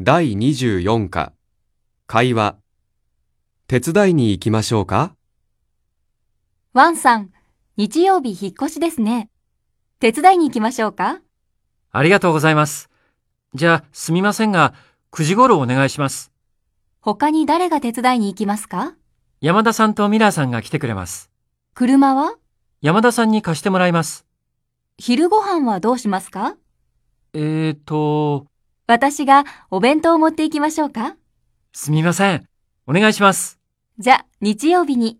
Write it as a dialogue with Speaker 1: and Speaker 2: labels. Speaker 1: 第24課、会話。手伝いに行きましょうか
Speaker 2: ワンさん、日曜日引っ越しですね。手伝いに行きましょうか
Speaker 3: ありがとうございます。じゃあ、すみませんが、9時頃お願いします。
Speaker 2: 他に誰が手伝いに行きますか
Speaker 3: 山田さんとミラーさんが来てくれます。
Speaker 2: 車は
Speaker 3: 山田さんに貸してもらいます。
Speaker 2: 昼ご飯はどうしますか
Speaker 3: えーと、
Speaker 2: 私がお弁当を持って行きましょうか
Speaker 3: すみません。お願いします。
Speaker 2: じゃ、日曜日に。